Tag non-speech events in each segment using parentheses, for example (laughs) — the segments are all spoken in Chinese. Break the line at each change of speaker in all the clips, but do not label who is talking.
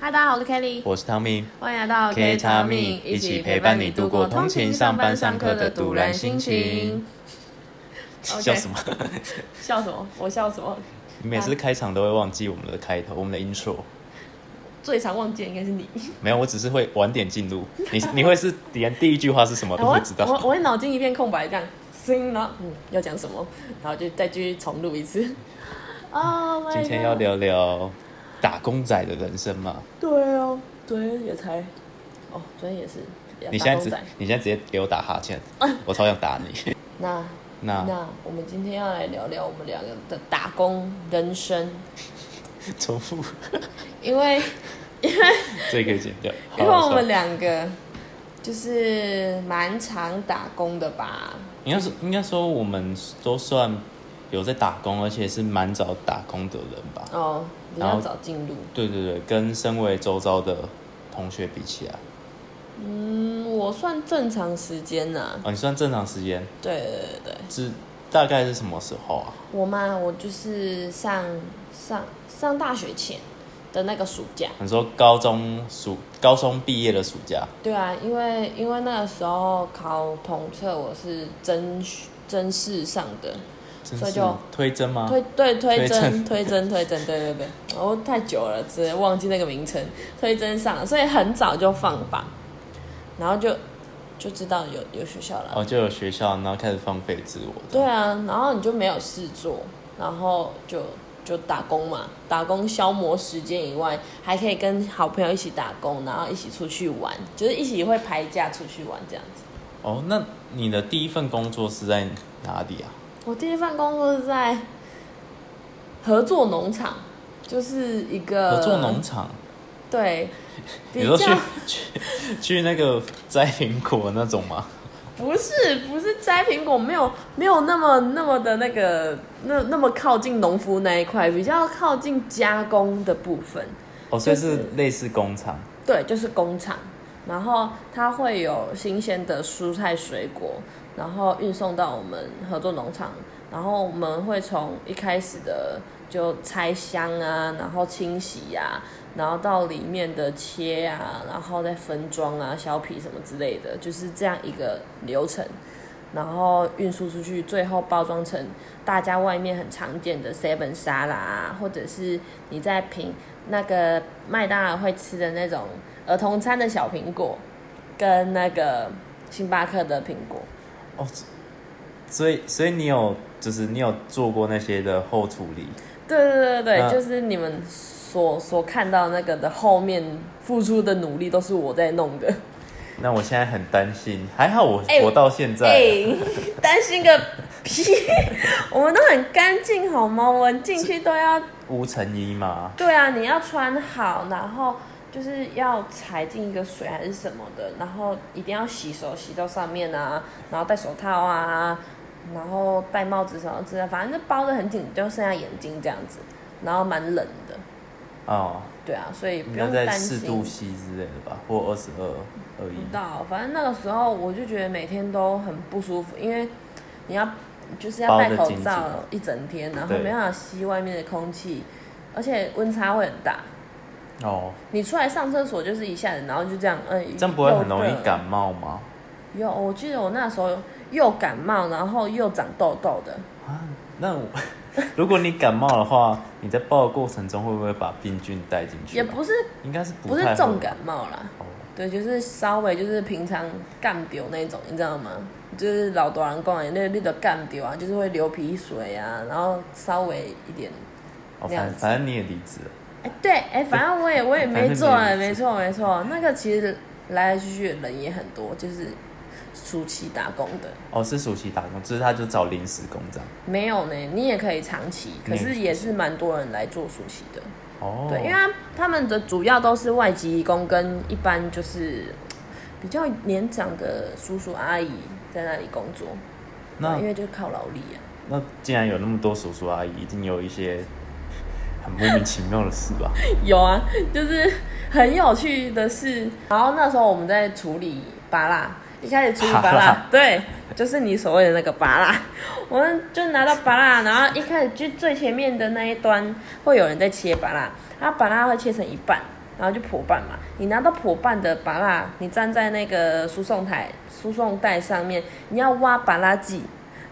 是 Kelly，
我是汤米，
欢迎来到
K
茶
茶
米
蜜，
一
一
起
起
陪
陪
伴
伴
你
你
度
度
过
过
通
通
勤、
勤
上
上
班、
班
上
上
课
课
的
的
堵
堵
然
然
心
心
情
情。
OK
(laughs)
(laughs)
笑什么？
笑什么？我笑什么？
你每次开场都会忘记我们的开头，我们的 intro。
最常忘记的应该是你。
没有，我只是会晚点进入。你你会是连第一句话是什么
(laughs)
都
我
不
会
知
我啊我
道。
会脑筋一片空白，这样 sing 呢，嗯，要讲什么，然后就再继续重录一次。啊、
(laughs) 今天要聊聊打工仔的人生嘛？
对哦，昨天也才，哦，昨天也是。
你
打
现在
工
直
仔
你现在直接给我打哈
(laughs)
欠，我超想打你。
那
那
那我们今天要来聊聊我们两个的打工人生，
重复， (laughs)
因为。
这个可以剪掉。
(laughs) 因为
好
我
算
们
了
两个就是蛮常打工的吧，
应该是应该说我们都算有在打工，而且是蛮早打工的人吧。
哦，比
然
较
后
早进入。
对对对，跟身为周遭的同学比起来，
嗯，我算正常时间啊呐、
哦，你算正常时间
对对对对，
是大概是什么时候啊？
我嘛，我就是上上上大学前的那个暑假，
你说高中暑高中毕业的暑假，
对啊，因为因为那个时候考统测，我是真真试上的，
真
所以
是
就
推甄吗？
推对推
啊推
针
甄
推针推针，对对对，哦太久了，直接忘记那个名称，推针上了，所以很早就放榜，然后就就知道有有学校了。
哦，就有学校，然后开始放飞自我。
对，啊，然后你就没有事做，然后就就打工嘛，打工消磨时间以外，还可以跟好朋友一起打工，然后一起出去玩，就是一起会排假出去玩这样子。
哦，那你的第一份工作是在哪里啊？
我第一份工作是在合作农场，就是一个
合作农场，
对，
你
呃比
说去 (laughs)
较
去去那个摘苹果那种吗？
不是不是摘苹果，没有没有那么那么的那个那那么靠近农夫那一块，比较靠近加工的部分。
哦，所以
就是
是类似工厂。
对，就是工厂，然后它会有新鲜的蔬菜水果，然后运送到我们合作农场，然后我们会从一开始的就拆箱啊，然后清洗呀、然后到里面的切啊，然后再分装啊、削皮什么之类的，就是这样一个流程。然后运输出去，最后包装成大家外面很常见的 seven 沙拉啊，或者是你在平那个麦当劳会吃的那种儿童餐的小苹果，跟那个星巴克的苹果。
哦，所以所以你有就是你有做过那些的后处理，
对对对对，
那
就是你们所所看到那个的后面付出的努力都是我在弄的。
那我现在很担心，还好我
哎
活到现在。
哎、担心个屁！ (laughs) 我们都很干净好吗？我们进去都要
吴成一嘛，
对啊，你要穿好，然后就是要踩进一个水还是什么的，然后一定要洗手，洗到上面啊，然后戴手套啊，然后戴帽子什么之类的，反正就包的很紧，就剩下眼睛这样子，然后蛮冷的，
哦，
对啊，所以不
应该
用
在
担
四
心。
度 C 之类的吧，或二十二、
不
二一。
到，反正那个时候我就觉得每天都很不舒服，因为你要就是要
包
戴
得
口
紧紧
罩
的
一整天，然后
对
没办法吸外面的空气，而且温差会很大。嗯
哦，
你出来上厕所就是一下子，然后就这样，嗯，
这样不会很容
又
易
热
感冒吗？
有，哦我记得我那时候又感冒，然后又长痘痘的。
啊，那我 (laughs) 如果你感冒的话，你在抱的过程中会不会把病菌带进去
也
啊？
不是
应该是
不
太
是
会
重感冒啦，
哦。
对，就是稍微就是平常干丢那种，你知道吗？就是老多人讲的那那个干丢啊，就是会流鼻水啊，然后稍微一点。
哦，
那样
反
子
反正你也离职了，
哎、对，哎、反正我也我也没做、
反
哎，
正没
没错没错，那个其实来来去去的人也很多，就是暑期打工的。
哦，是暑期打工，只是他就找临时工这样。
没有呢，你也可以长期，可是也是蛮多人来做暑期的。
哦，
对，因为他他们的主要都是外籍义工跟一般就是比较年长的叔叔阿姨在那里工作，
那
因为就是靠劳力啊。
那既然有那么多叔叔阿姨，一定有一些很莫名其妙的事
(laughs)
吧？
有啊，就是很有趣的是，然后那时候我们在处理芭辣，一开始处理芭
芭
辣
辣，
对，就是你所谓的那个芭辣，我们就拿到芭辣，然后一开始就最前面的那一端会有人在切芭辣，它芭辣会切成一半，然后就破瓣嘛。你拿到破瓣的拔蜡，你站在那个输送台、输送带上面，你要挖拔蜡剂。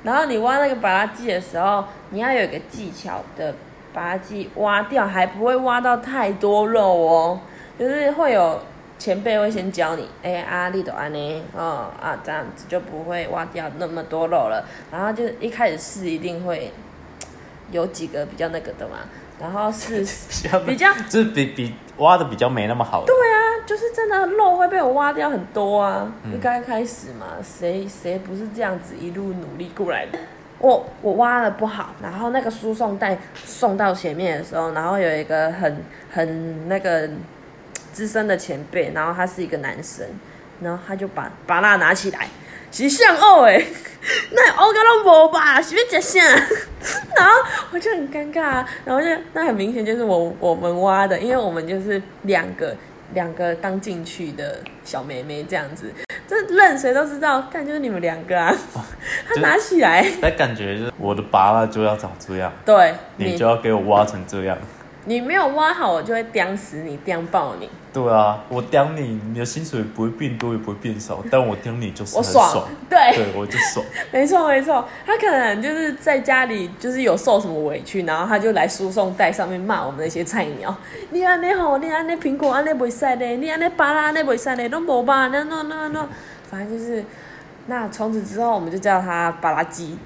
然后你挖那个拔蜡剂的时候，你要有一个技巧的拔蜡剂挖掉，还不会挖到太多肉哦，就是会有前辈会先教你，哎、啊，你都安呢，哦啊，这样子就不会挖掉那么多肉了。然后就是一开始试一定会有几个比较那个的嘛，然后试比较
就是比比挖的比较没那么好。对啊，
就是真的肉会被我挖掉很多啊！一刚开始嘛，谁谁不是这样子一路努力过来的？我我挖的不好，然后那个输送带送到前面的时候，然后有一个很很那个资深的前辈，然后他是一个男生，然后他就把把蜡拿起来，是像哦哎， (laughs) 那欧个都无吧，是要吃啥？然后我就很尴尬、啊，然后就那很明显就是我我们挖的，因为我们就是两个两个刚进去的小妹妹这样子，这任谁都知道，干就是你们两个啊， (laughs) 他拿起来，
但感觉就是我的拔蜡就要长这样，
对
你
你
就要给我挖成这样。
你没有挖好，我就会叼死你，叼爆你，
对啊，我刁你，你的薪水不会变多，也不会
(laughs)
变少，但我刁你就是
我
很
爽，对。
对我就
(laughs)
爽。
没错没错，他可能就是在家里就是有受什么委屈，然后他就来输送带上面骂我们那些菜鸟，你安尼吼，你安尼苹果安尼袂使嘞，你安尼巴拉安尼袂使嘞，拢无吧，那那那那，反正就是，那从此之后我们就叫他巴拉鸡。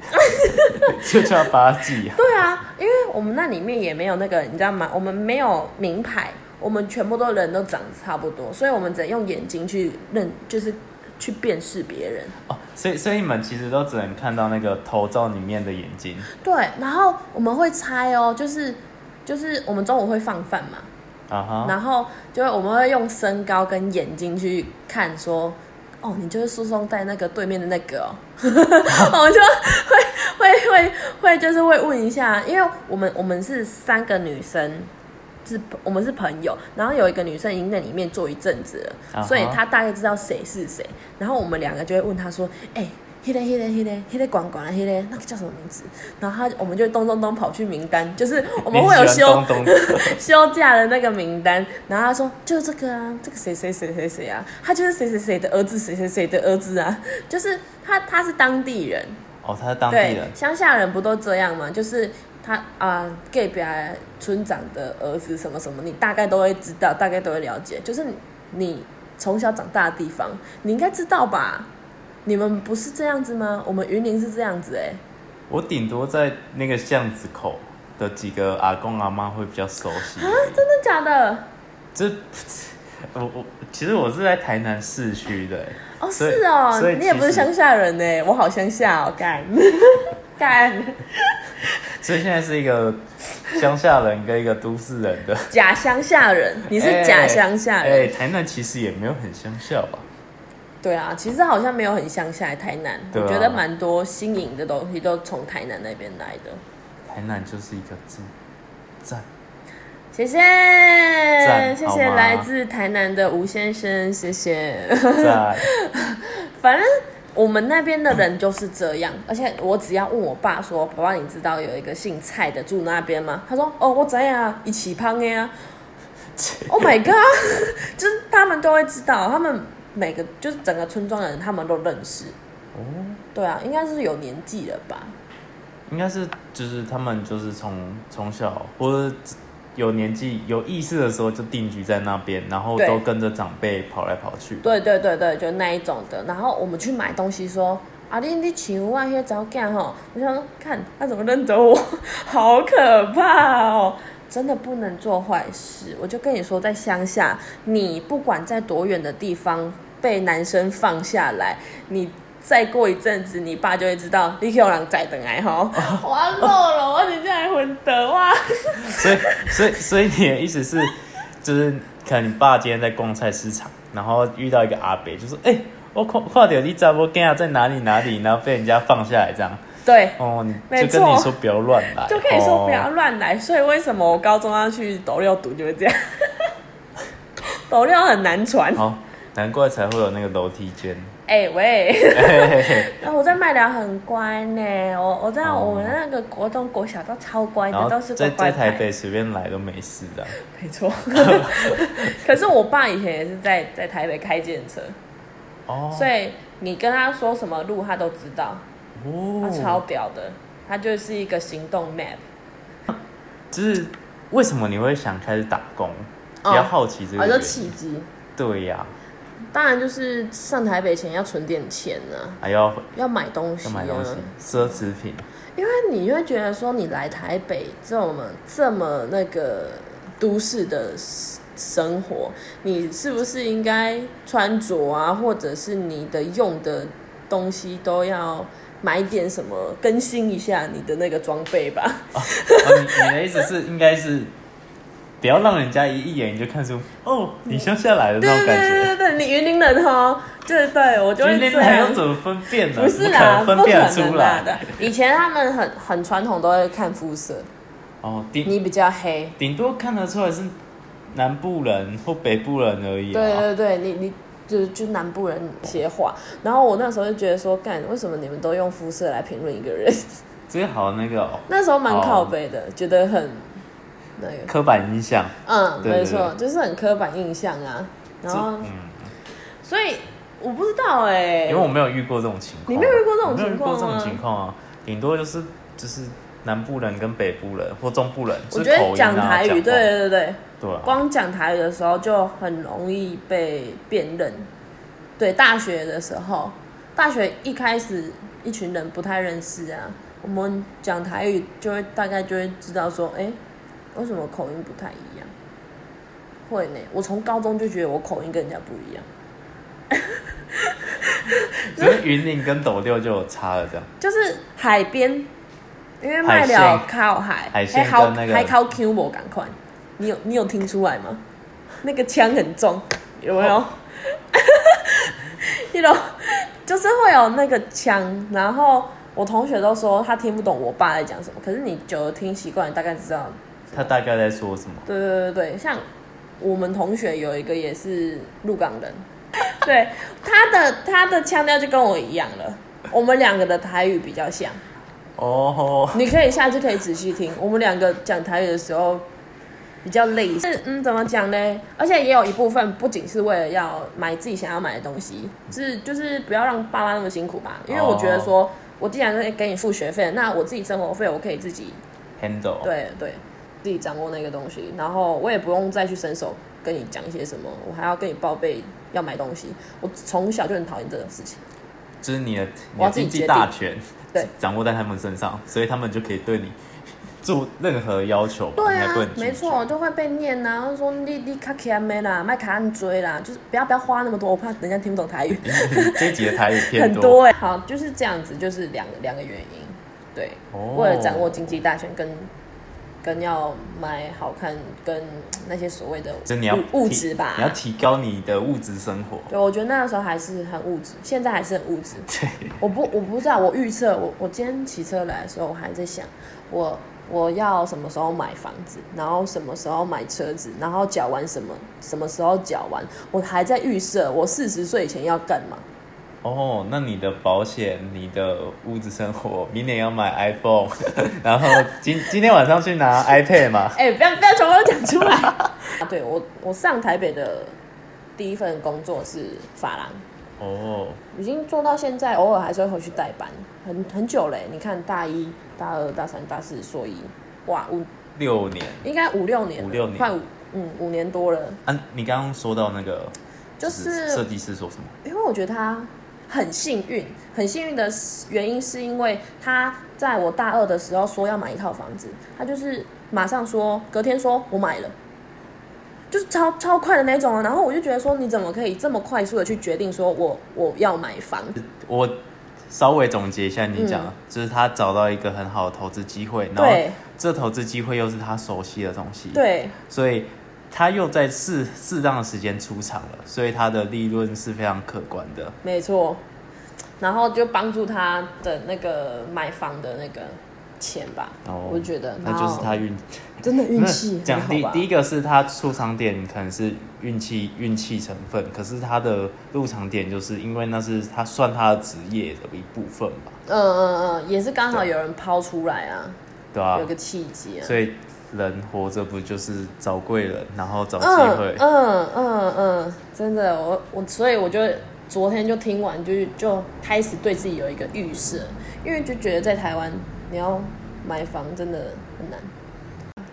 这叫八季啊！
(laughs) 对啊，因为我们那里面也没有那个，你知道吗？我们没有名牌，我们全部都人都长得差不多，所以我们只能用眼睛去认，就是去辨识别人。
哦，所以所以你们其实都只能看到那个头罩里面的眼睛，
对，然后我们会猜哦，就是就是我们中午会放饭嘛，
啊哈，
然后就是我们会用身高跟眼睛去看说，哦，你就是输送带那个对面的那
(laughs)
个哦，我们就会会会会就是会问一下，因为我们我们是三个女生。是，我们是朋友，然后有一个女生已经在里面坐一阵子了
啊哈
所以她大概知道谁是谁。然后我们两个就会问她说：“哎、迄、个、迄、个、迄、个、迄、个管管啊，迄、个那个叫什么名字？”然后她我们就咚咚咚跑去名单，就是我们会有
你喜
修 (laughs)
欢东东
休假的那个名单，然后他说就这个啊，这个谁谁谁谁谁啊，他就是谁谁谁的儿子，谁谁谁的儿子啊，就是他他是当地人，
哦，他是当地
对
人，，
乡下人不都这样吗？就是他啊，gay 表村长的儿子什么什么，你大概都会知道，大概都会了解，就是你你从小长大的地方，你应该知道吧？你们不是这样子吗？我们云林是这样子哎、
我顶多在那个巷子口的几个阿公阿妈会比较熟悉。
啊真的假的？
这我我其实我是在台南市区的，欸
哦，
所以
是哦
所以，
你也不是
其实
乡下人呢，我好乡下哦， (laughs) 干干
所以现在是一个乡下人跟一个都市人的。
假乡下人，你
你
是假乡下
哎、
人，
台南其实也没有很乡下吧？
对啊，其实好像没有很乡下，台南，
对啊
我觉得蛮多新颖的东西都从台南那边来的，
台南就是一个字，赞。
谢谢，
赞
谢
好
谢
吗
来自台南的吴先生，谢谢。
在
反正我们那边的人就是这样，而且我只要问我爸说：“爸爸，你知道有一个姓蔡的住那边吗？”他说：“哦，我知啊，一起胖的啊。” Oh my god！就是他们都会知道，他们每个就是整个村庄的人，他们都认识。
哦，
对啊，应该是有年纪了吧？
应该是就是他们就是从从小或者有年纪有意识的时候就定居在那边，然后
对
都跟着长辈跑来跑去。
对对对对，就那一种的。然后我们去买东西说。啊！你你请外些早干吼，我想说看他怎么认得我，好可怕哦！真的不能做坏事。我就跟你说，在乡下，你不管在多远的地方被男生放下来，你再过一阵子，你爸就会知道你有人载等来吼。我要漏了，我真正来混得哇！
所以，所以，所以你的意思是，就是可能你爸今天在逛菜市场，然后遇到一个阿伯，就说：“哎、我看看到你查某囝在哪里哪里，然后被人家放下来这样。”
对，
哦，你
没
就
错
跟你说不要乱来，
就跟你说不要
哦。
乱来。所以为什么我高中要去斗六读就是这样？ (laughs) 斗六很难传，
好、难怪才会有那个楼梯间。
哎、喂， (laughs)
嘿嘿嘿
啊我在麦寮很乖呢，我我在
哦
我们那个国中、国小都超乖
然
的，
后
都是乖
在
乖
在
牌
台北随便来都没事的啊，
没错， (laughs) 可是我爸以前也是在在台北开建车，
哦，
所以你跟他说什么路，他都知道，他超
哦，
屌的，他就是一个行动 map。
就是为什么你会想开始打工？比
哦
较好奇这个
啊，就
原因，
契机，
对呀，
当然就是上台北前要存点钱啊，
还要
要买东西
要
啊，
买东西，奢侈品，
因为你会觉得说你来台北这么这么那个都市的生活，你是不是应该穿着啊，或者是你的用的东西都要买点什么，更新一下你的那个装备吧？
哦，你你的意思是应该是不要让人家一一眼就看出哦，你乡下来的
对
那种
对
感
对
觉。
对对，你云林人哦，对对，我就
今
会
天
这
还要
样
怎。么分辨呢？
不是
可
啦，
能
不
分
可
辨得
能
出
啦
来。
以前他们很很传统，都会看肤色，
哦，顶
你比较黑，
顶多看得出来是南部人或北部人而已
对
啊。
对对，你你就是就南部人写话，然后我那时候就觉得说，干为什么你们都用肤色来评论一个人？ (laughs)
这个好那个哦，
那时候蛮靠北的，觉得很那个，
刻板印象。
嗯，
对对
没错，就是很刻板印象啊。然
这
后，
嗯，
所以我不知道哎、
因为我没有遇过这种情况。
你没有遇过这种
我没有遇过
情况吗
这种情况啊，顶多就是就是南部人跟北部人或中部人，
我
就是
觉
口
得
音啊
讲台
讲
语，
话
对对对对，
对啊，
光讲台语的时候就很容易被辨认。对，大学的时候，大学一开始一群人不太认识啊，我们讲台语就会大概就会知道说，哎、为什么口音不太一样？会呢，我从高中就觉得我口音跟人家不一样，
只是云林跟斗六就有差了这样。
就是海边，因为麦寮靠海，
海鲜
还靠
跟那个
还靠 Q 我赶快，你有你有听出来吗？那个腔很重，有没
哦
(laughs) 有？一种就是会有那个腔，然后我同学都说他听不懂我爸在讲什么，可是你久了听习惯，你大概知道。
他大概在说什么？
对对对对，像我们同学有一个也是鹿港
(laughs)
人，对他的他的腔调就跟我一样了，我们两个的台语比较像。
哦，
你可以下次可以仔细听，我们两个讲台语的时候比较类似。嗯，怎么讲呢？而且也有一部分不仅是为了要买自己想要买的东西，是就是不要让爸妈那么辛苦吧。因为我觉得说，我既然给你付学费，那我自己生活费我可以自己
handle，
对对自己掌握那个东西，然后我也不用再去伸手跟你讲一些什么，我还要跟你报备要买东西。我从小就很讨厌这种事情。
就是你的你
我要
的
自己
经
决
济
定
大权，
对，
掌握在他们身上，所以他们就可以对你做任何要求吧，
对
你还
啊
不能，拒
没
绝。
错，就会被念呐、啊，就说你你卡卡没啦，麦卡按追啦，就是不要不要花那么多，我怕人家听不懂台语，
这一集的台语偏
很多哎、好，就是这样子，就是两个两个原因，对，
哦
为了掌握经济大权跟。跟要买好看，跟那些所谓的
就是你要
物物
提
质吧
你，要提高你的物质生
(laughs)
活。
对我觉得那个时候还是很物质，现在还是很物质。
对，
我不我不知道，我预测我我今天骑车来的时候，我还在想我我要什么时候买房子，然后什么时候买车子，然后缴完什么什么时候缴完，我还在预设我四十岁以前要干嘛。
哦，那你的保险、你的物质生活，明年要买 iPhone，然 (laughs) 后今今天晚上去拿 iPad 嘛？
哎、不要不要全部都讲出来。
(laughs)
啊对我我上台北的第一份工作是发廊，
哦，
已经做到现在，偶尔还是会回去代班，很很久嘞、你看大一、大二、大三、大四、硕一，哇，五
六年
应该五六年了，
五六年
快五嗯五年多了。
啊！你刚刚说到那个，
就是
设计师说什么？
因为我觉得他很幸运，很幸运的原因是因为他在我大二的时候说要买一套房子，他就是马上说，隔天说我买了。就是超超快的那种啊，然后我就觉得说，你怎么可以这么快速的去决定说我我要买房？
我稍微总结一下你讲的，就是他找到一个很好的投资机会，然
嗯
后
对
这投资机会又是他熟悉的东西，，
对，
所以他又在适适当的时间出场了，所以他的利润是非常可观的。
没错，然后就帮助他的那个买房的那个钱吧，
哦
我觉得
那就是他运
真的运气
那
很
讲
好
第
吧
第。一个是他出场点可能是运气运气成分，可是他的入场点就是因为那是他算他的职业的一部分吧，
嗯嗯嗯，也是刚好
对
有人抛出来啊，
对吧、
有个契机啊。
所以人活着不就是找贵人，然后找机会
嗯？嗯嗯嗯，真的，我我所以我就昨天就听完，就是就开始对自己有一个预设，因为就觉得在台湾你要买房真的很难。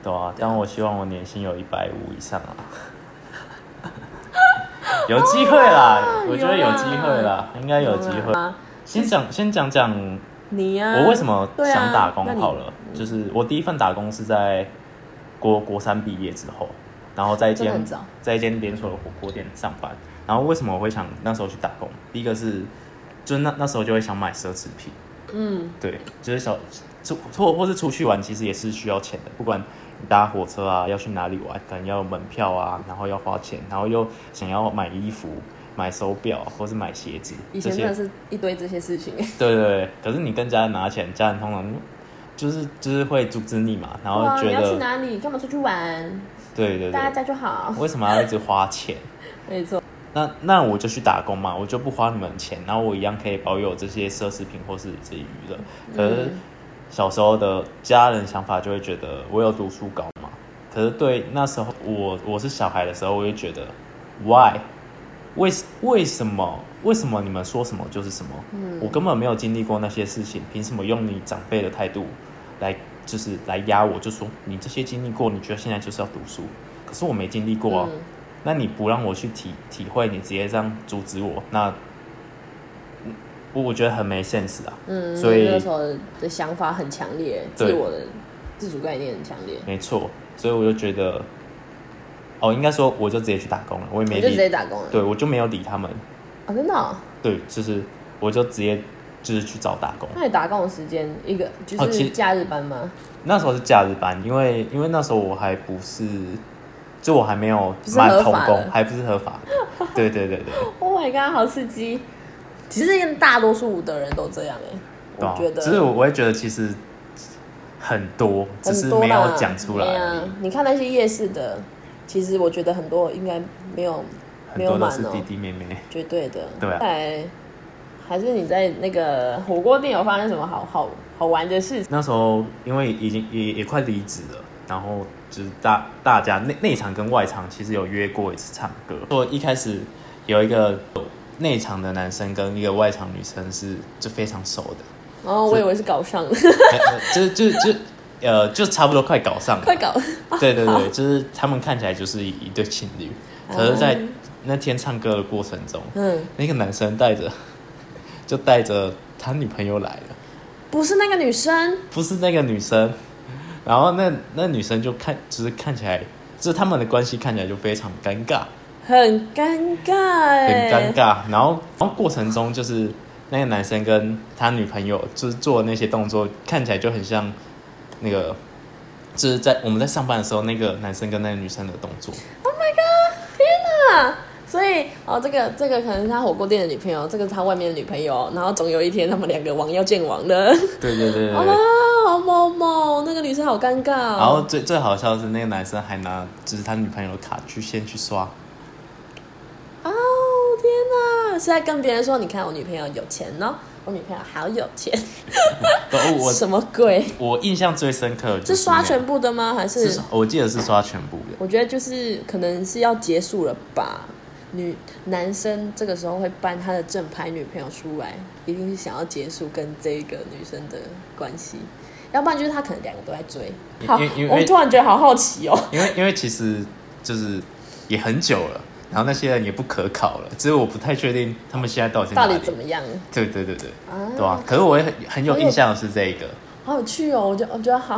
对啊，但我希望我年薪有一百五以上 (laughs) 啊，有机会啦，我觉得
有
哦有
啦
机会啦，应该有机会。
啊，
先讲先讲讲
你呀、
我为什么
对啊
想打工
那你
好了，就是我第一份打工是在国国三毕业之后，然后在一
真的
间
很早
在一间连锁的火锅店上班。然后为什么我会想那时候去打工？第一个是，就是那那时候就会想买奢侈品，
嗯，
对，就是小出或或是出去玩，其实也是需要钱的，不管你搭火车啊，要去哪里玩，可能要有门票啊，然后要花钱，然后又想要买衣服、买手表啊或是买鞋子，
以
这
前
些。
真的是一堆这些事情。
对对对，可是你跟家人拿钱，家人通常就是就是会阻止你嘛，然后
(laughs) 哇，啊
觉
你要去
得、
哪里？干嘛出去玩？
对对
大家
对，
在就好。
为什么要一直花钱？
没错，
那那我就去打工嘛，我就不花你们钱，然后我一样可以保有这些奢侈品或是这些娱乐。可是小时候的家人想法就会觉得我有读书高嘛，可是对那时候我我是小孩的时候，我就觉得 why 为为什么为什么你们说什么就是什么？我根本没有经历过那些事情，凭什么用你长辈的态度来就是来压我？就说你这些经历过，你觉得现在就是要读书，可是我没经历过啊。
嗯
那你不让我去体体会，你直接这样阻止我，那嗯我我觉得很没 sense 啊。
嗯，
所以
那个时候的想法很强烈，
对
自我的自主概念很强烈。
没错，所以我就觉得，哦，应该说我就直接去打工了，我也
我
没
就直接
理，
打工了。
对我就没有理他们，
啊，真的哦、
对，就是我就直接就是去找打工。
那你打工的时间一个
哦
就
其
是
实
假日班吗？
那时候是假日班，因为因为那时候我还不是，就我还没有
不是
满
合
童
法
工，
的
还不是合法的，对对对对，
Oh my god，好刺激！其实大多数的人都这样哎、
对啊
我觉得
只是我我会觉得其实很多，只是
很多
没有
啦
讲出来
对
而已
啊。你看那些夜市的，其实我觉得很多应该没有没
很
有
多都
满
是
哦、
弟弟妹妹。
绝对的。
对啊
再来还是你在那个火锅店有发生什么好好好玩的事情？
那时候因为已经也也快离职了，然后就是大大家内内场跟外场其实有约过一次唱歌。我一开始有一个内场的男生跟一个外场女生是就非常熟的， (laughs)
然哦后我以为是搞上了，
呃呃就就就呃就差不多快搞上了，
(laughs) 快搞！
对对对，就是他们看起来就是一对情侣，可是，
哦
在那天唱歌的过程中，
嗯，
那个男生带着就带着他女朋友来了。
不是那个女生，
不是那个女生，然后那那女生就看，就是看起来，就是他们的关系看起来就非常尴尬，
很尴尬
很
哎、
尴尬。然后，然后过程中就是那个男生跟他女朋友就是做的那些动作，看起来就很像那个，就是在我们在上班的时候，那个男生跟那个女生的动作。
啊 (laughs) 所以哦，这个这个可能是他火锅店的女朋友，这个是他外面的女朋友，然后总有一天他们两个王要见王的。
对对 (laughs) 对对
啊，好萌萌，那个女生好尴尬、哦。
然后最最好笑的是，那个男生还拿就是他女朋友的卡去先去刷，
哦天哪，是在跟别人说，你看我女朋友有钱哦，我女朋友好有钱，
哦
(laughs)
我
什么鬼？
我印象最深刻的就是那
刷
个
全部的吗？还是
是我记得是刷全部的。
我觉得就是可能是要结束了吧。女男生这个时候会搬他的正牌女朋友出来，一定是想要结束跟这个女生的关系，要不然就是他可能两个都在追。
因
好，
因因为
我突然觉得好好奇哦。
因为因为其实就是也很久了，然后那些人也不可考了，只是我不太确定他们现在到底在哪
到
里。
底怎么样？
对对对对，
啊
对啊。可是我也很很有印象的是这一个，
好有趣哦！我觉得我觉得好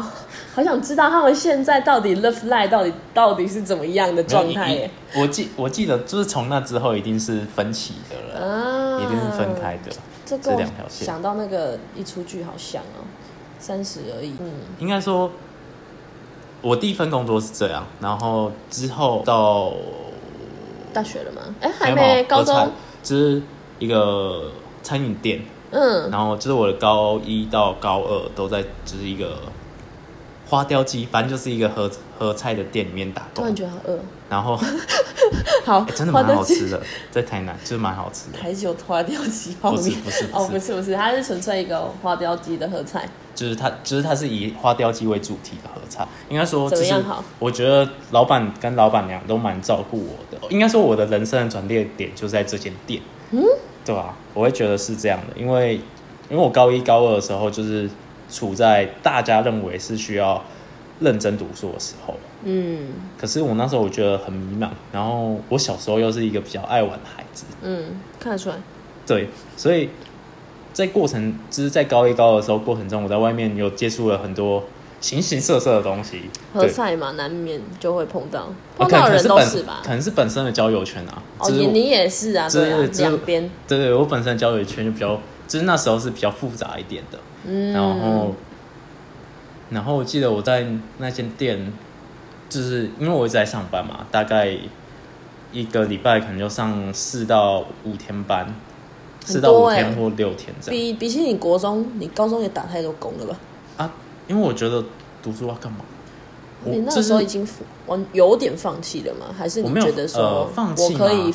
好想知道他们现在到底 love life 到底到底是怎么样的状态
没有
耶？
一一我记我记得就是从那之后一定是分歧的了，
啊，
一定是分。开的。
这跟
这
我
两条线
想到那个一出剧好像哦，三十而已。嗯，
应该说，我第一份工作是这样，然后之后到
大学了吗？哎，还
没有
没，高
合
中
菜。就是一个餐饮店，
嗯，
然后就是我的高一到高二都在就是一个花雕鸡，反正就是一个合合菜的店里面打
突然
工，
觉得好饿。
然后、
好，
欸哎真
(laughs)
的
花
蛮
雕
好
鸡
吃的，在台南就是蛮好吃的，
还是有花雕鸡泡
不是
面。
不是
哦，不
不是，
是不是，它是纯粹一个花雕鸡的合菜。
就是它就是它是以花雕鸡为主题的合菜，应该说
怎
就
么
是
样好
我觉得老板跟老板娘都蛮照顾我的，应该说我的人生的转捩点就在这间店，嗯，对吧、我会觉得是这样的，因为因为我高一高二的时候就是处在大家认为是需要认真读书的时候，
嗯
可是我那时候我觉得很迷茫，然后我小时候又是一个比较爱玩的孩子，
嗯，看得出来。
对，所以在过程就是在高一高二的时候过程中，我在外面有接触了很多形形色色的东西，
合
对，
菜嘛，难免就会碰到，
我
碰
可能
到
可
的
能
人
是
都
本
是吧
可？能是本身的交友圈啊，
哦，
就是
你
我
你也是啊，
就是
对啊，
就是
两边
对对，我本身的交友圈就比较，就是那时候是比较复杂一点的，嗯，然后然后我记得我在那间店，就是因为我一直在上班嘛，大概一个礼拜可能就上四到五天班，四到
很
五
多欸
天或六天这样。
比比起你国中，你高中也打太多工了吧？
啊，因为我觉得读书要干嘛？我
你那
就
个
是
时候已经完有点放弃了吗？还是
我
你
没有
觉得
呃
说
放
我
弃
可
吗
以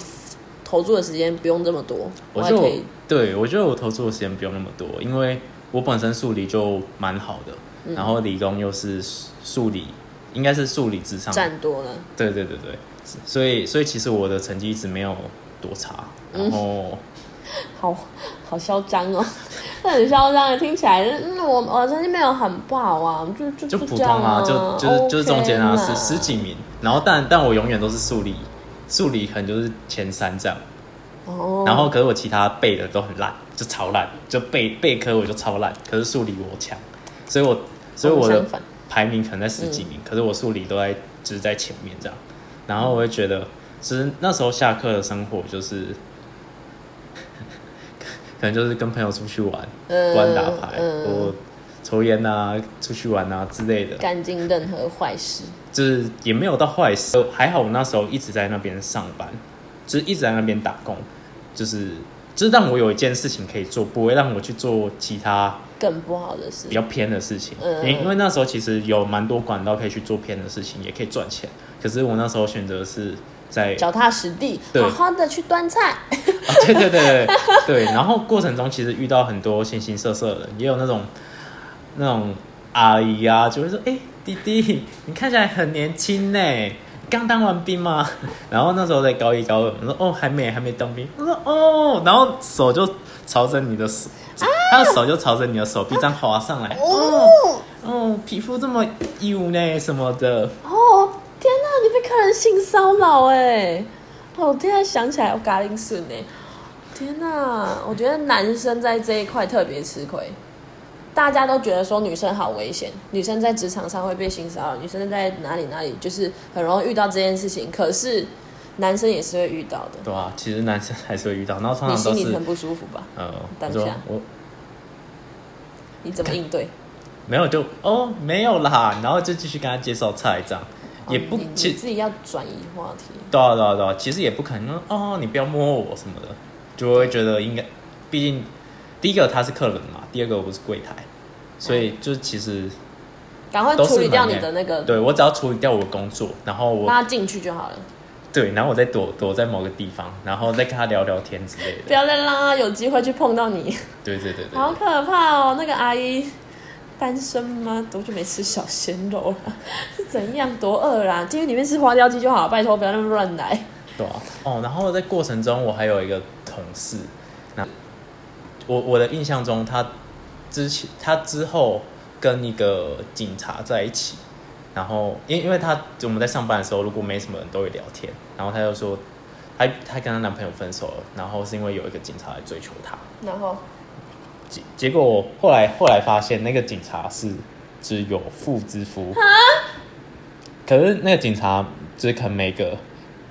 投注的时间不用这么多，我
我
还
就
可以
对我觉得我投注的时间不用那么多，因为我本身数理就蛮好的，
嗯
然后理工又是数数理，应该是数理至上。
占多了？
对对对对，所以所以其实我的成绩一直没有多差，
嗯
然后、
好好嚣张哦，那很嚣张，听起来嗯，我我成绩没有很不好啊，就就
就
就
普
这
通
样
啊，
啊，
就就是就是中间啊，
OK
十
啦
十几名，然后但但我永远都是数理，数理可能就是前三这样。
哦，
然后可是我其他背的都很烂，就超烂，就背背科我就超烂，可是数理我强，所以我所以我
我
的
们哦相反嗯
排名可能在十几名，可是我数理都在就是在前面这样，然后我会觉得，其实那时候下课的生活就是。 (laughs) 可能就是跟朋友出去玩，
嗯
玩打牌，
嗯
我抽烟啊，出去玩啊之类的，
干尽任何坏事，
就是也没有到坏事，还好我那时候一直在那边上班，就是一直在那边打工，就是就是让我有一件事情可以做，不会让我去做其他
更不好的事
比。较偏的事情。
嗯
因因为那时候其实有蛮多管道可以去做偏的事情，也可以赚钱。可是我那时候选择是在
脚踏实地，
对
好好的去端菜。
啊， (laughs) 对对对对对。然后过程中其实遇到很多形形色色的人，也有那种那种阿姨啊，就会说：“哎、弟弟，你看起来很年轻呢，刚当完兵吗？” (laughs) 然后那时候在高一高二，我说：“哦，还没，还没当兵。”我说：“哦。”然后手就朝着你的手，他的手就朝着你的手臂这样滑上来。哦
哦
哦，皮肤这么油呢什么的，
哦，天哪、你被客人性骚扰哎！哦，我现在想起来，我嘎铃顺哎，天哪、我觉得男生在这一块特别吃亏。大家都觉得说女生好危险，女生在职场上会被性骚扰，女生在哪里哪里就是很容易遇到这件事情。可是男生也是会遇到的，
对啊，其实男生还是会遇到，然后通
你心
常都
里
是
很不舒服吧？
呃，
等
我
一
说
下
我
你怎么应对？
没有就哦没有啦，然后就继续跟他介绍菜这样，也不
哦你你
其
自己要转移话题。
对啊对啊对啊，其实也不可能哦你不要摸我什么的，就会觉得应该，毕竟第一个他是客人嘛，第二个我不是柜台，所以就其实
赶快
都
哎处
是
理掉
门
你
面
的那个，啊
对我只要处理掉我的工作，然后我
拉进去就好了，
对，然后我再躲躲在某个地方，然后再跟他聊聊天之类
不
的，
要再让他有机会去碰到你，
对对对对
好可怕哦！那个阿姨单身吗？多久没吃小鲜肉了？ (laughs) 是怎样多饿啦？监狱里面吃花雕鸡就好，拜托不要那么乱来。
对啊，哦，然后在过程中我还有一个同事，那我我的印象中他之前他之后跟一个警察在一起，然后因因为他我们在上班的时候如果没什么人都会聊天，然后他就说他他跟她男朋友分手了，然后是因为有一个警察来追求她，
然后
结结果后来后来发现那个警察是只有妇之夫，可是那个警察就是可能每个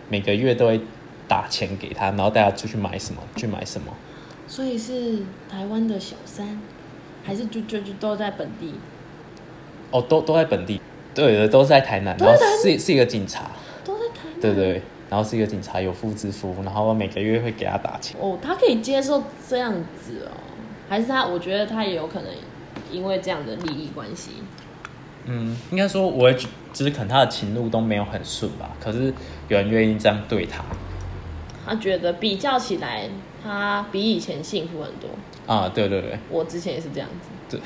每个月都会打钱给他，然后带他出去买什么去买什么，
所以是台湾的小三，还是就就就都在本地？
哦，都都在本地，对的，都是在台南，
都
然后
在台南
是是一个警察，
都在台湾
对对，然后是一个警察有妇之夫，然后每个月会给他打钱，
哦，他可以接受这样子哦。还是他？我觉得他也有可能因为这样的利益关系，
嗯，应该说我也觉，就是可能他的情路都没有很顺吧，可是有人愿意这样对他
他觉得比较起来，他比以前幸福很多。
啊，对对对，
我之前也是这样子，
对，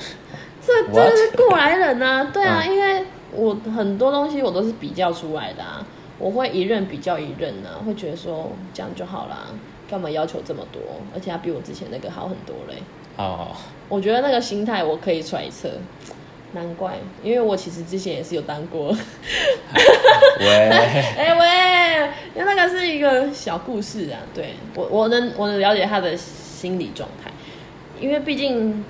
这
(laughs) What？
真的是过来人
(laughs)
啊！对啊，
嗯
因为我很多东西我都是比较出来的啊，我会一任比较一任啊，会觉得说这样就好啦，干嘛要求这么多？而且他比我之前那个好很多嘞。
哦，
我觉得那个心态我可以揣测，难怪，因为我其实之前也是有当过。
喂，
哎、喂，因为那个是一个小故事啊，对我我能我能了解他的心理状态，因为毕竟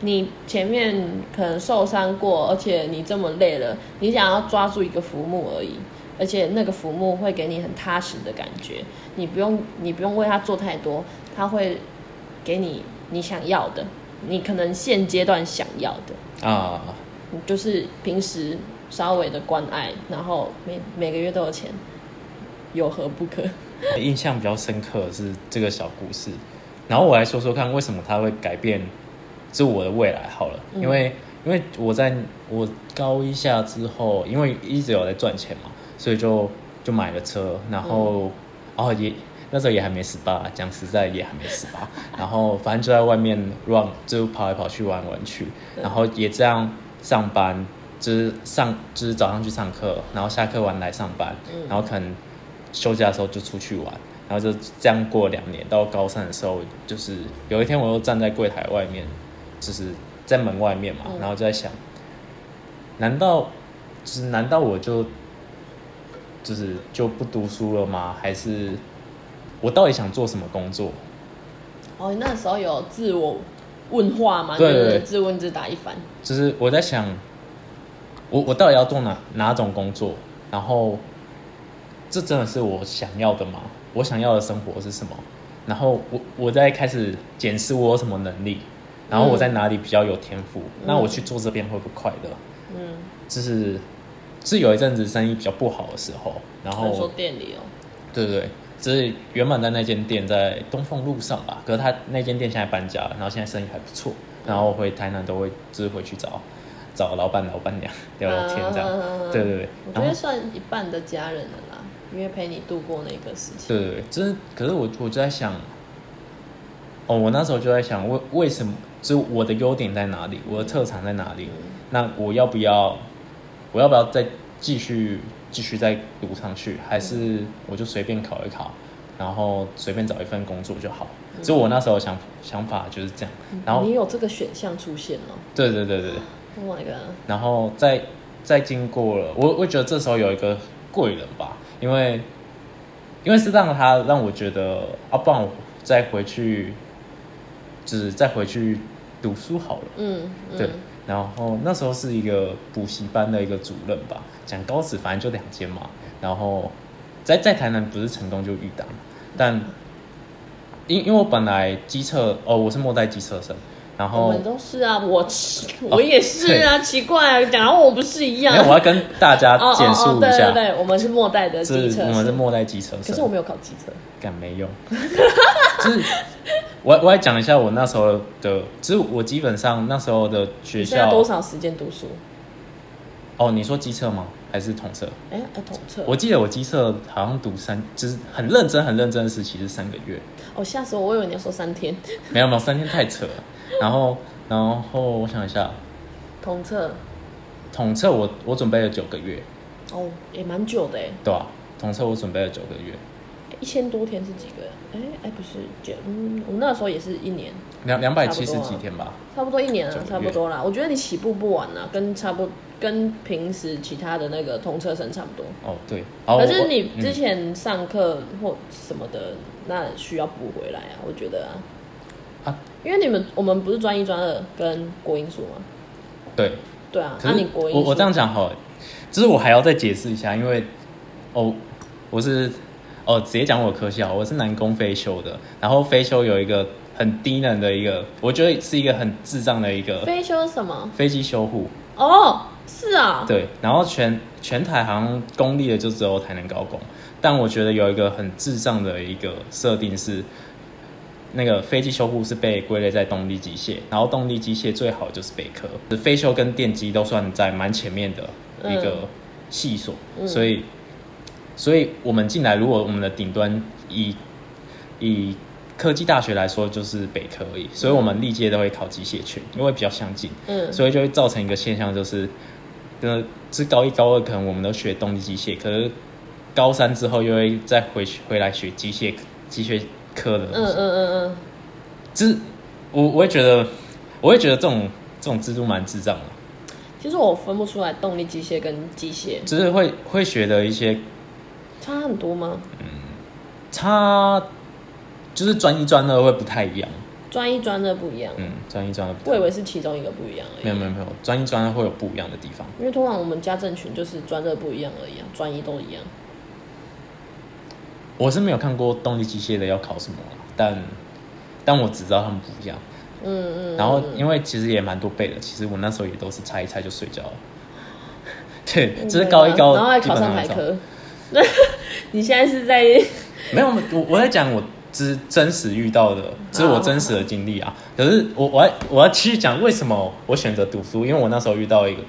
你前面可能受伤过，而且你这么累了，你想要抓住一个浮木而已，而且那个浮木会给你很踏实的感觉，你不用你不用为他做太多，他会给你你想要的，你可能现阶段想要的。
啊，
就是平时稍微的关爱，然后每每个月都有钱，有何不可？
印象比较深刻的是这个小故事，然后我来说说看为什么他会改变，就我的未来好了，因为因为我在我高一下之后，因为一直有在赚钱嘛，所以就就买了车，然后、哦也那时候也还没十八，讲实在也还没十八， (laughs) 然后反正就在外面乱就跑来跑去玩来玩去，然后也这样上班。就是上，就是早上去上课，然后下课完来上班，然后可能休假的时候就出去玩，然后就这样过两年。到高三的时候，就是有一天我又站在柜台外面，就是在门外面嘛，
嗯
然后就在想，难道就是难道我就就是就不读书了吗？还是我到底想做什么工作？
(laughs) 哦，那时候有自我问话嘛，
对
就是
对对
自问自答一番。
就是我在想，我我到底要做哪哪种工作？然后，这真的是我想要的吗？我想要的生活是什么？然后我我在开始检视我有什么能力，然后我在哪里比较有天赋，那我去做这边会不会快乐？
嗯，
就是是有一阵子生意比较不好的时候，然
他说
后
店里哦，
对对对，就是原本在那间店在东凤路上吧，可是他那间店现在搬家了，然后现在生意还不错，然后回台南都会就是回去找找老板老板娘聊聊天这样，
嗯
对对对，
我觉
然
得
后
算一半的家人了啦，因为陪你度过那个事情。
对对对，就是可是我我就在想，哦，我那时候就在想为为什么就是我的优点在哪里，我的特长在哪里，那我要不要我要不要再继续继续再读上去，还是我就随便考一考，然后随便找一份工作就好？所以我那时候想想法就是这样。然后
你有这个选项出现哦
对对对对，
，Oh my god！
然后再再经过了，我我觉得这时候有一个贵人吧，因为因为是让他让我觉得，啊，不然我再回去，就是再回去读书好了。
嗯
对
嗯，，
然后那时候是一个补习班的一个主任吧，讲高职反正就两间嘛，然后在在台南不是成功就遇到，但因因为我本来机测哦，我是末代机测生，然
我
后哦
们都是啊，我我也是啊，奇怪啊，讲到我不是一样
没有。我要跟大家
哦
简
哦
述
哦，
一
对
下
对，对，我们是末代的机
是
车，
我们是末代机车生，
可是我没有考机车，
敢没用， (laughs) 就是我我来讲一下我那时候的，就是我基本上那时候的学
你现在多
校
少时间读书？
哦，你说机测吗？还是统测？
哎、哎，统测。
我记得我机测好像读三，就是很认真、很认真的时期是三个月，
哦，吓死我！我以为你要说三天。 (laughs)
没有没有三天太扯了。然后然后我想一下，
统测，
统测我我准备了九个月，
哦，也蛮久的哎，
对吧、统测我准备了九个月，
一千多天是几个？哎哎，不是九，嗯，我那时候也是一年，
两两百七十
差不多啊
几天吧。
差不多一年了，
九
差
个月
不多啦。我觉得你起步不晚啊，跟差不跟平时其他的那个统测生差不多。
哦对，然后
可是
我
你
嗯
之前上课或什么的，那需要补回来啊，我觉得啊，
啊
因为你们我们不是专一、专二跟国英数吗？
对
对啊，
可
那
是
你国英
我我
数
这样讲好了，就是我还要再解释一下，因为哦，我是哦直接讲我科系好，我是南工飞修的，然后飞修有一个很低能的一个，我觉得是一个很智障的一
(laughs)
个
非修什么？
飞机修护，
哦，是啊，
对，然后全全台好像公立的就只有台南高工，但我觉得有一个很智障的一个设定是，那个飞机修护是被归类在动力机械，然后动力机械最好就是北科，飞修跟电机都算在蛮前面的一个系所，所以所以我们进来，如果我们的顶端以以科技大学来说，就是北科而已，所以我们历届都会考机械群，因为比较相近，
嗯
所以就会造成一个现象，就是呃，是高一高二可能我们都学动力机械，可是高三之后又会再回去回来学机械机械科的东西。
嗯嗯嗯
就是我我会觉得，我会觉得这种这种制度蛮智障的，
嗯，其实我分不出来动力机械跟机械
就是会会学的一些
差很多吗？
它就是专一专二会不太一样，
专一专二不一样，
嗯，专一专二不
我
太
以
一样
为是其中一个不一样而已。
没有没有没有，专一专二会有不一样的地方，
因为通常我们家政群就是专二不一样而已啊，专一都一样。
我是没有看过动力机械的要考什么啦，但但我只知道他们不一样，
嗯嗯，
然后因为其实也蛮多背的，其实我那时候也都是猜一猜就睡着了。 (laughs) 对，
嗯
就是高一高，
然后还考上台科。 (laughs) 你现在是在，
(laughs) 没有，我我在讲我之真实遇到的，这是我真实的经历啊。可是我我要我要继续讲为什么我选择读书，因为我那时候遇到一个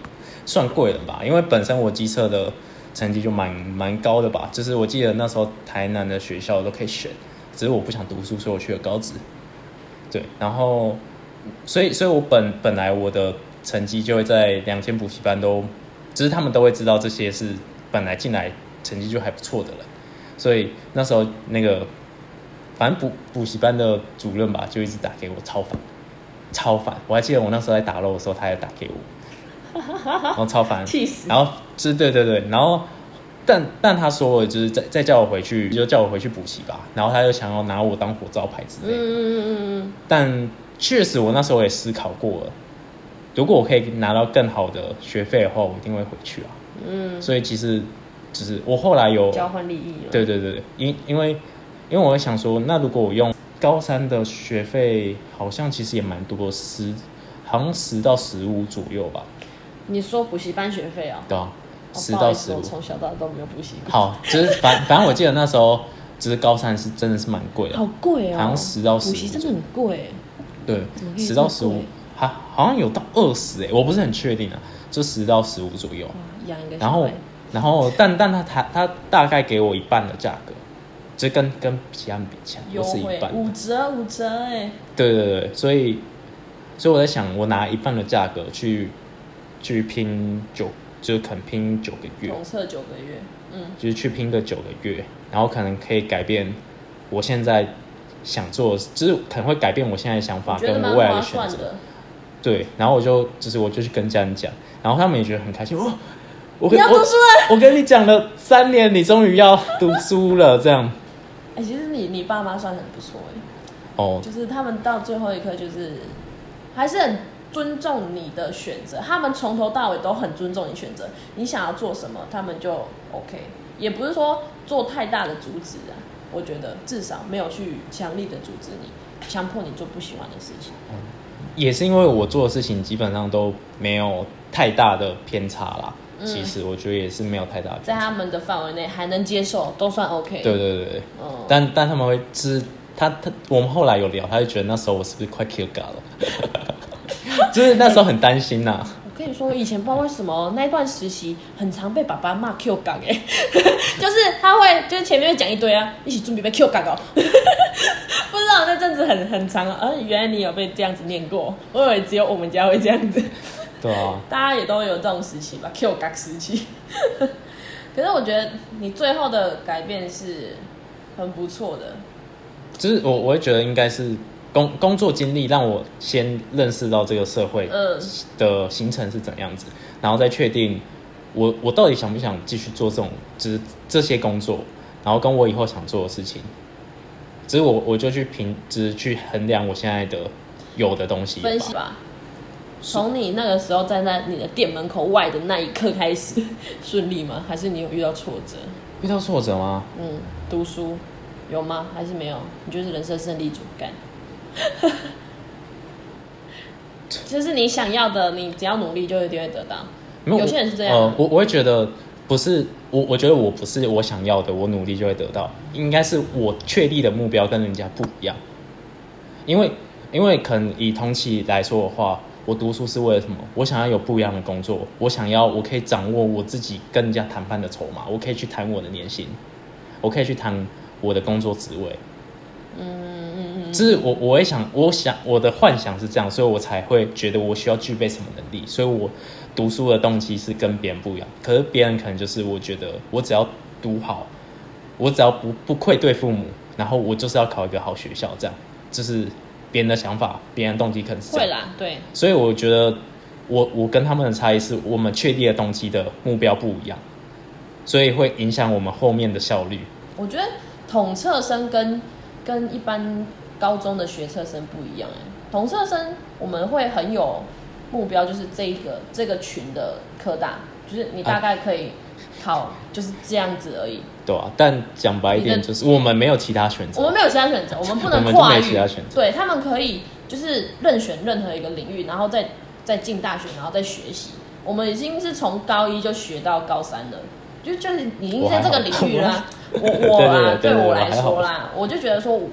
算贵人吧，因为本身我机测的成绩就蛮蛮高的吧，就是我记得那时候台南的学校都可以选，只是我不想读书，所以我去了高职。对，然后所以所以我本本来我的成绩就会在两间补习班都，只是他们都会知道这些是本来进来成绩就还不错的人。所以那时候那个，反正补补习班的主任吧，就一直打给我，超烦，超烦。我还记得我那时候在打漏的时候，他还打给我，然后超
(laughs)
烦
气死？
然后就是对对对，然后但但他说了，就是再再叫我回去，就叫我回去补习吧。然后他就想要拿我当火招牌之
嗯
类的。
嗯嗯
但确实，我那时候也思考过了，如果我可以拿到更好的学费的话，我一定会回去啊。
嗯
所以其实就是我后来有
嗯，交换利益嘛。
对对对，因因为因为我会想说，那如果我用高三的学费，好像其实也蛮多，十好像十到十五左右吧，
你说补习班学费啊？
对啊，
哦
十
不好
到
意思
十五
我。从小到大都没有补习过，
好，就是反反正我记得那时候，就是高三是真的是蛮
(laughs)
贵的
好，贵哦，
好像10到15
补习真的很贵。
对
怎么，可以
十
这么
到十五
贵，
还好像有到二十哎，我不是很确定啊，就十到十五左右。
哇，养一个小
然后
孩，
然后但但他他他大概给我一半的价格，就跟跟其他人比起来，
优
我是一
惠
半。
五折五折哎，
对对对，所以所以我在想，我拿一半的价格去去拼九，就是肯拼九个月，
统测九个月，嗯
就是去拼个九个月，然后可能可以改变我现在想做的事，就是可能会改变我现在的想法
我觉
跟
得蛮
我未来
划
的选
算
择。
的。
对，然后我就就是我就去跟家人讲，然后他们也觉得很开心。哦，我跟
你要
我
读书了
我跟你讲了三年，你终于要读书了，这样。
哎，其实你你爸妈算很不错哎。
哦，
就是他们到最后一刻，就是还是很尊重你的选择。他们从头到尾都很尊重你选择，你想要做什么，他们就 OK。也不是说做太大的阻止啊，我觉得至少没有去强力的阻止你，强迫你做不喜欢的事情。
也是因为我做的事情基本上都没有太大的偏差啦。
嗯
其实我觉得也是没有太大的
在
偏差。
他们的范围内还能接受，都算 OK。
对，对对对，
嗯，
但但他们会就是他他我们后来有聊，他就觉得那时候我是不是快 Q 嘎了， (laughs) 就是那时候很担心呐、
我跟你说，我以前不知道为什么那一段实习很常被爸爸骂 Q 岗哎， (laughs) 就是他会就是前面会讲一堆啊，一起准备被 Q 岗哦。 (laughs) 不知道那阵子很很长啊，呃，原来你有被这样子念过，我以为只有我们家会这样子，
对啊，
大家也都有这种时期吧，Q 岗时期。 (laughs) 可是我觉得你最后的改变是很不错的，
就是我我会觉得应该是工工作经历让我先认识到这个社会
嗯
的行程是怎样子，然后再确定我我到底想不想继续做这种就是这些工作，然后跟我以后想做的事情，只是我我就去评，只是去衡量我现在的有的东西吧
分析吧。从你那个时候站在你的店门口外的那一刻开始，顺利吗？还是你有遇到挫折？
遇到挫折吗？
嗯，读书有吗？还是没有？你就是人生胜利组干， (laughs) 就是你想要的，你只要努力就一定会得到。
没
有
我
些人是这样
呃，我我会觉得不是我，我觉得我不是我想要的，我努力就会得到，应该是我确立的目标跟人家不一样。因为因为可能以同期来说的话，我读书是为了什么？我想要有不一样的工作，我想要我可以掌握我自己跟人家谈判的筹码，我可以去谈我的年薪，我可以去谈我的工作职位。嗯嗯嗯，就是我我也想，我想我的幻想是这样，所以我才会觉得我需要具备什么能力，所以我读书的动机是跟别人不一样。可是别人可能就是我觉得我只要读好，我只要不不愧对父母，然后我就是要考一个好学校，这样就是别人的想法，别人的动机可能是这
会
样。
啦，对，
所以我觉得我我跟他们的差异是我们确立的动机的目标不一样，所以会影响我们后面的效率。
我觉得统测生跟跟一般高中的学测生不一样哎、统测生我们会很有目标，就是这一个这个群的科大，就是你大概可以考就是这样子而已。
对啊，但讲白一点，
你的
就是我们没有其他选择。
我们没有其他选择，我们不
我
能
们就
跨
没
域。
其他选择
对他们可以就是任选任何一个领域，然后再再进大学，然后再学习。我们已经是从高一就学到高三了，就就是你已经在这个领域啦。我
(laughs)
我啊，
对对对对
我
我
来
还好
说啦，我就觉得说我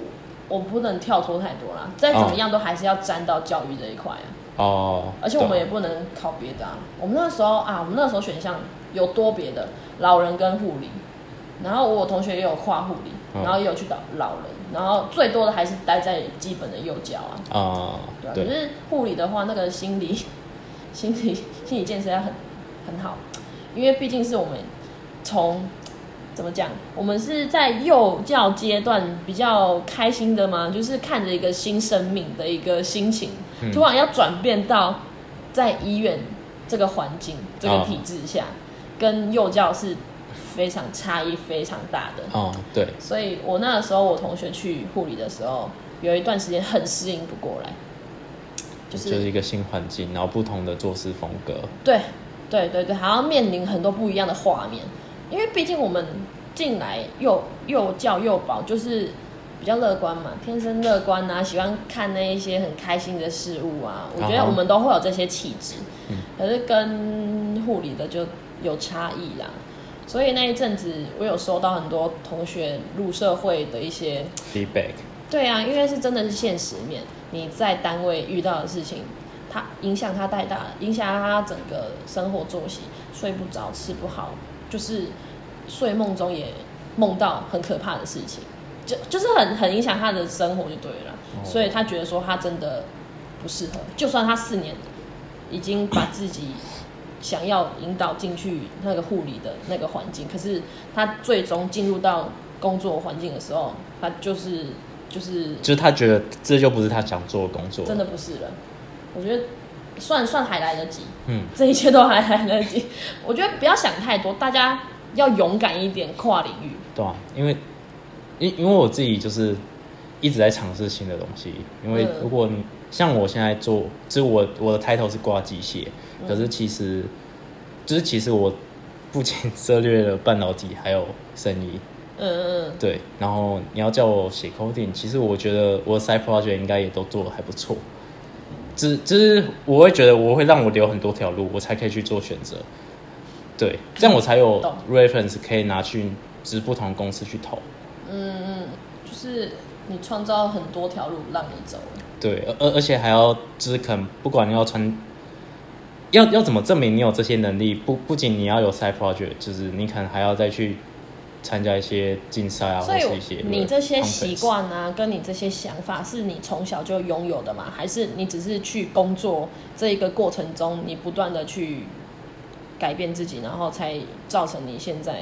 我不能跳脱太多啦，再怎么
哦
样都还是要沾到教育这一块啊。
哦，
而且我们
对
也
啊
不能考别的啊。我们那时候啊，我们那时候选项有多别的，老人跟护理，然后我有同学也有跨护理，
嗯
然后也有去老老人，然后最多的还是待在基本的幼教啊，
啊、
对啊。可
对，
是护理的话，那个心理 (laughs) 心理心理建设要很很好，因为毕竟是我们从。怎么讲？我们是在幼教阶段比较开心的嘛，就是看着一个新生命的一个心情，
嗯
突然要转变到在医院这个环境、这个体制下，跟幼教是非常差异非常大的。
哦，对，
所以我那个时候，我同学去护理的时候，有一段时间很适应不过来，就、
就是是一个新环境，然后不同的做事风格。
对对对对，还要面临很多不一样的画面，因为毕竟我们进来幼幼教幼保就是比较乐观嘛，天生乐观啊，喜欢看那一些很开心的事物啊，我觉得
啊哈
我们都会有这些气质，
嗯
可是跟护理的就有差异啦。所以那一阵子，我有收到很多同学入社会的一些
feedback，
对啊，因为是真的是现实面，你在单位遇到的事情，它影响他太大了，影响他整个生活作息，睡不着，吃不好，就是睡梦中也梦到很可怕的事情，就就是很很影响他的生活就对了啦，
哦
所以他觉得说他真的不适合，就算他四年已经把自己想要引导进去那个护理的那个环境，可是他最终进入到工作环境的时候，他就是就是
就是他觉得这就不是他想做的工作。
真的不是了。我觉得算算还来得及， (laughs)
嗯，
这一切都还来得及。我觉得不要想太多，大家要勇敢一点，跨领域。
对啊，因为因因为我自己就是一直在尝试新的东西，因为
嗯
如果你像我现在做，就是我我的 title 是挂机械，
嗯
可是其实就是其实我不仅 (laughs) 涉猎了半导体，还有生意，
嗯嗯
对，然后你要叫我写 coding，其实我觉得我的 side project 应该也都做的还不错。只就是我会觉得我会让我留很多条路，我才可以去做选择。对，这样我才有
懂
reference 可以拿去就是不同公司去投。
嗯，就是你创造很多条路让你走了。
对，而而而且还要就是可能不管你要穿，要要怎么证明你有这些能力？不不仅你要有 side project，就是你可能还要再去参加一些竞赛啊，
所
或
以
是一些
你这些习
conference
惯啊，跟你这些想法，是你从小就拥有的吗？还是你只是去工作这一个过程中，你不断的去改变自己，然后才造成你现在？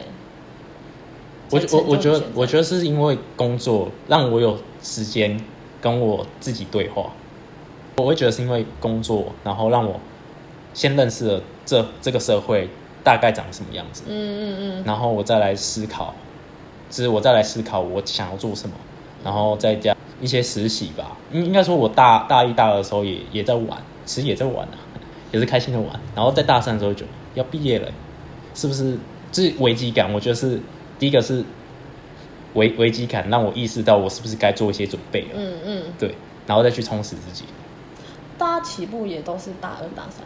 我
才成就
我我
你
觉得
现在
我觉得是因为工作让我有时间跟我自己对话，我会觉得是因为工作，然后让我先认识了这这个社会大概长什么样子，
嗯嗯
然后我再来思考，就是我再来思考我想要做什么，然后再加一些实习吧。应应该说，我大大一、大二的时候也也在玩，其实也在玩啊， (laughs) 也是开心的玩。然后在大三的时候就要毕业了、是不是？这危机感，我觉得是第一个是危危机感，让我意识到我是不是该做一些准备了，
嗯嗯嗯，
对，然后再去充实自己。
大家起步也都是大二大三，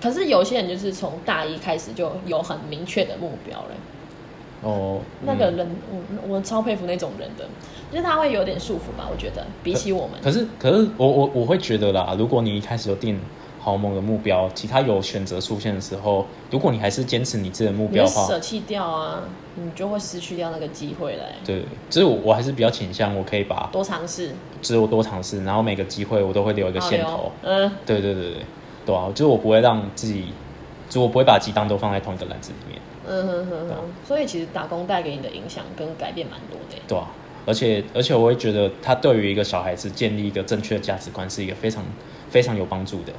可是有些人就是从大一开始就有很明确的目标了。
哦，
那个人，我我超佩服那种人的，就是他会有点束缚吧，我觉得比起我们，
可是可是我我我会觉得啦，如果你一开始就定好某个目标，其他有选择出现的时候，如果你还是坚持你自己的目
你
标
会
的话，
舍弃掉啊，你就会失去掉那个机会了欸、
对，就是我我还是比较倾向我可以把
多尝试，
只有多尝试，然后每个机会我都会留一个
好
线
留
头。
嗯，
对对对对，对啊，就是我不会让自己，就我不会把鸡蛋都放在同一个篮子里面，
嗯哼哼哼，所以其实打工带给你的影响跟改变蛮多的欸、
对啊，而且而且我会觉得，他对于一个小孩子建立一个正确的价值观是一个非常非常有帮助的。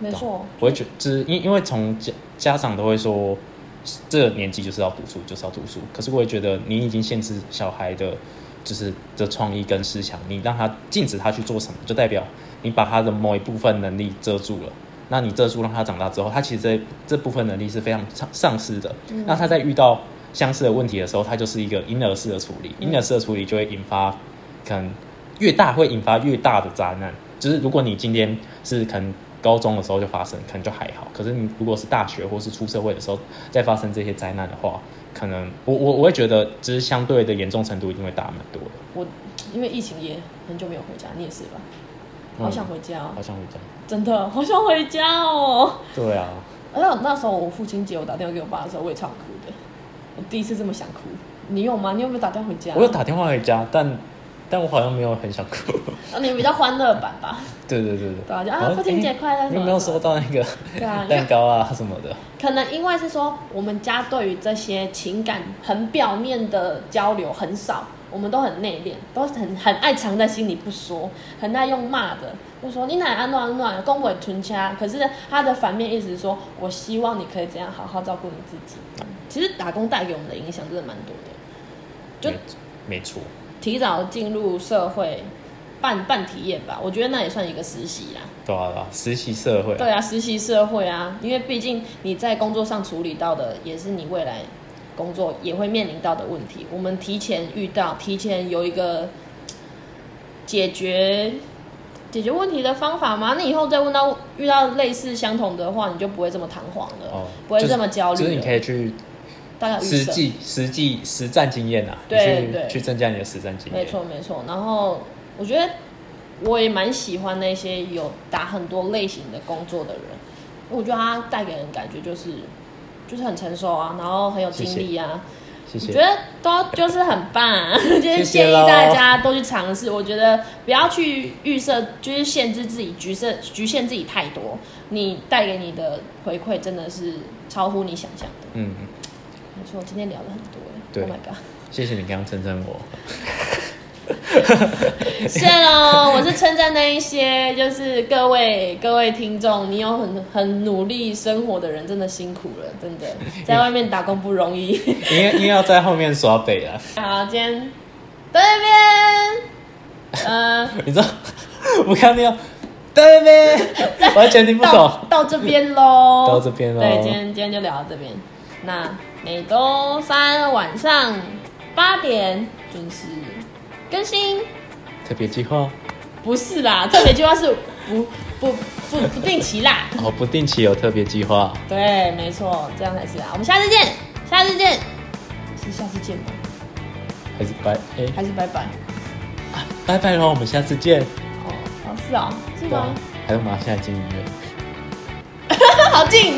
没错，
我会觉得，就是因因为从家家长都会说，这个年纪就是要读书，就是要读书。可是我也觉得，你已经限制小孩的，就是的创意跟思想，你让他禁止他去做什么，就代表你把他的某一部分能力遮住了。那你遮住让他长大之后，他其实这这部分能力是非常丧丧失的。那他在遇到相似的问题的时候，他就是一个婴儿式的处理，婴儿式的处理就会引发可能越大会引发越大的灾难。就是如果你今天是可能高中的时候就发生，可能就还好。可是你如果是大学或是出社会的时候再发生这些灾难的话，可能我我我会觉得，就是相对的严重程度一定会大蛮多的。
我因为疫情也很久没有回家，你也是吧？
嗯
好想回家哦、
好像会这样。
真的好想回家哦、
对啊，
而且我那时候我父亲节我打电话给我爸的时候，我也超哭的，我第一次这么想哭。你有吗？你有没有打电话回家？
我有打电话回家，但但我好像没有很想哭。
啊，你比较欢乐版吧？
(laughs) 对对对
对啊，就
对，
啊，父亲节快乐
你
什
有
么
没有
什
收
么
到那个
对
(laughs)
啊，因为
蛋糕啊什么的？
可能因为是说我们家对于这些情感很表面的交流很少，我们都很内敛，都很很爱藏在心里不说，很爱用骂的，就说你奶安暖安暖，公我吞掐。可是他的反面意思是说，我希望你可以怎样好好照顾你自己。其实打工带给我们的影响真的蛮多的，就
没没错，
提早进入社会。半半体验吧，我觉得那也算一个实习啦。
对啊对啊，实习社会啊、
对啊，实习社会啊，因为毕竟你在工作上处理到的，也是你未来工作也会面临到的问题。我们提前遇到，提前有一个嘖解决解决问题的方法嘛，那以后再问到遇到类似相同的话，你就不会这么彷徨了，
哦，
不会
就是
这么焦虑
就
了。
是你可以去
大概预
实
设
际实际实战经验啊，
对
你
对
去去增加你的实战经验。
没错没错，然后我觉得我也蛮喜欢那些有打很多类型的工作的人，因为我觉得他带给人感觉就是就是很成熟啊，然后很有精力啊，我
谢谢
觉。得都就是很棒、啊， (laughs) 就是
谢
建议
咯
大家都去尝试。我觉得不要去预设，就是限制自己、局设局限自己太多，你带给你的回馈真的是超乎你想象的。
嗯，
没错，今天聊了很多耶，
对
Oh my god。
谢谢你刚刚称赞我。
是喽，我是称赞那一些，就是各位各位听众，你有很很努力生活的人，真的辛苦了，
(laughs)
真的在外面打工不容易。
因为因为要在后面耍北啊，
好，今天对面，呃，
你知道，我看到对呗，完全听不懂
到。到这边喽，
到这边咯
对，今天今天就聊到这边。那每周三晚上八点准时更新。
特别计划
不是啦，特别计划是不不不不定期啦。
哦，不定期有特别计划。
对，没错，这样才是啊。我们下次见，下次见，是下次见吗？
还是拜哎、
还是拜拜？
拜拜喽，我们下次见。
哦，哦是啊、是
对啊
吗？， (laughs)
还是我们要现在进音乐。
好近。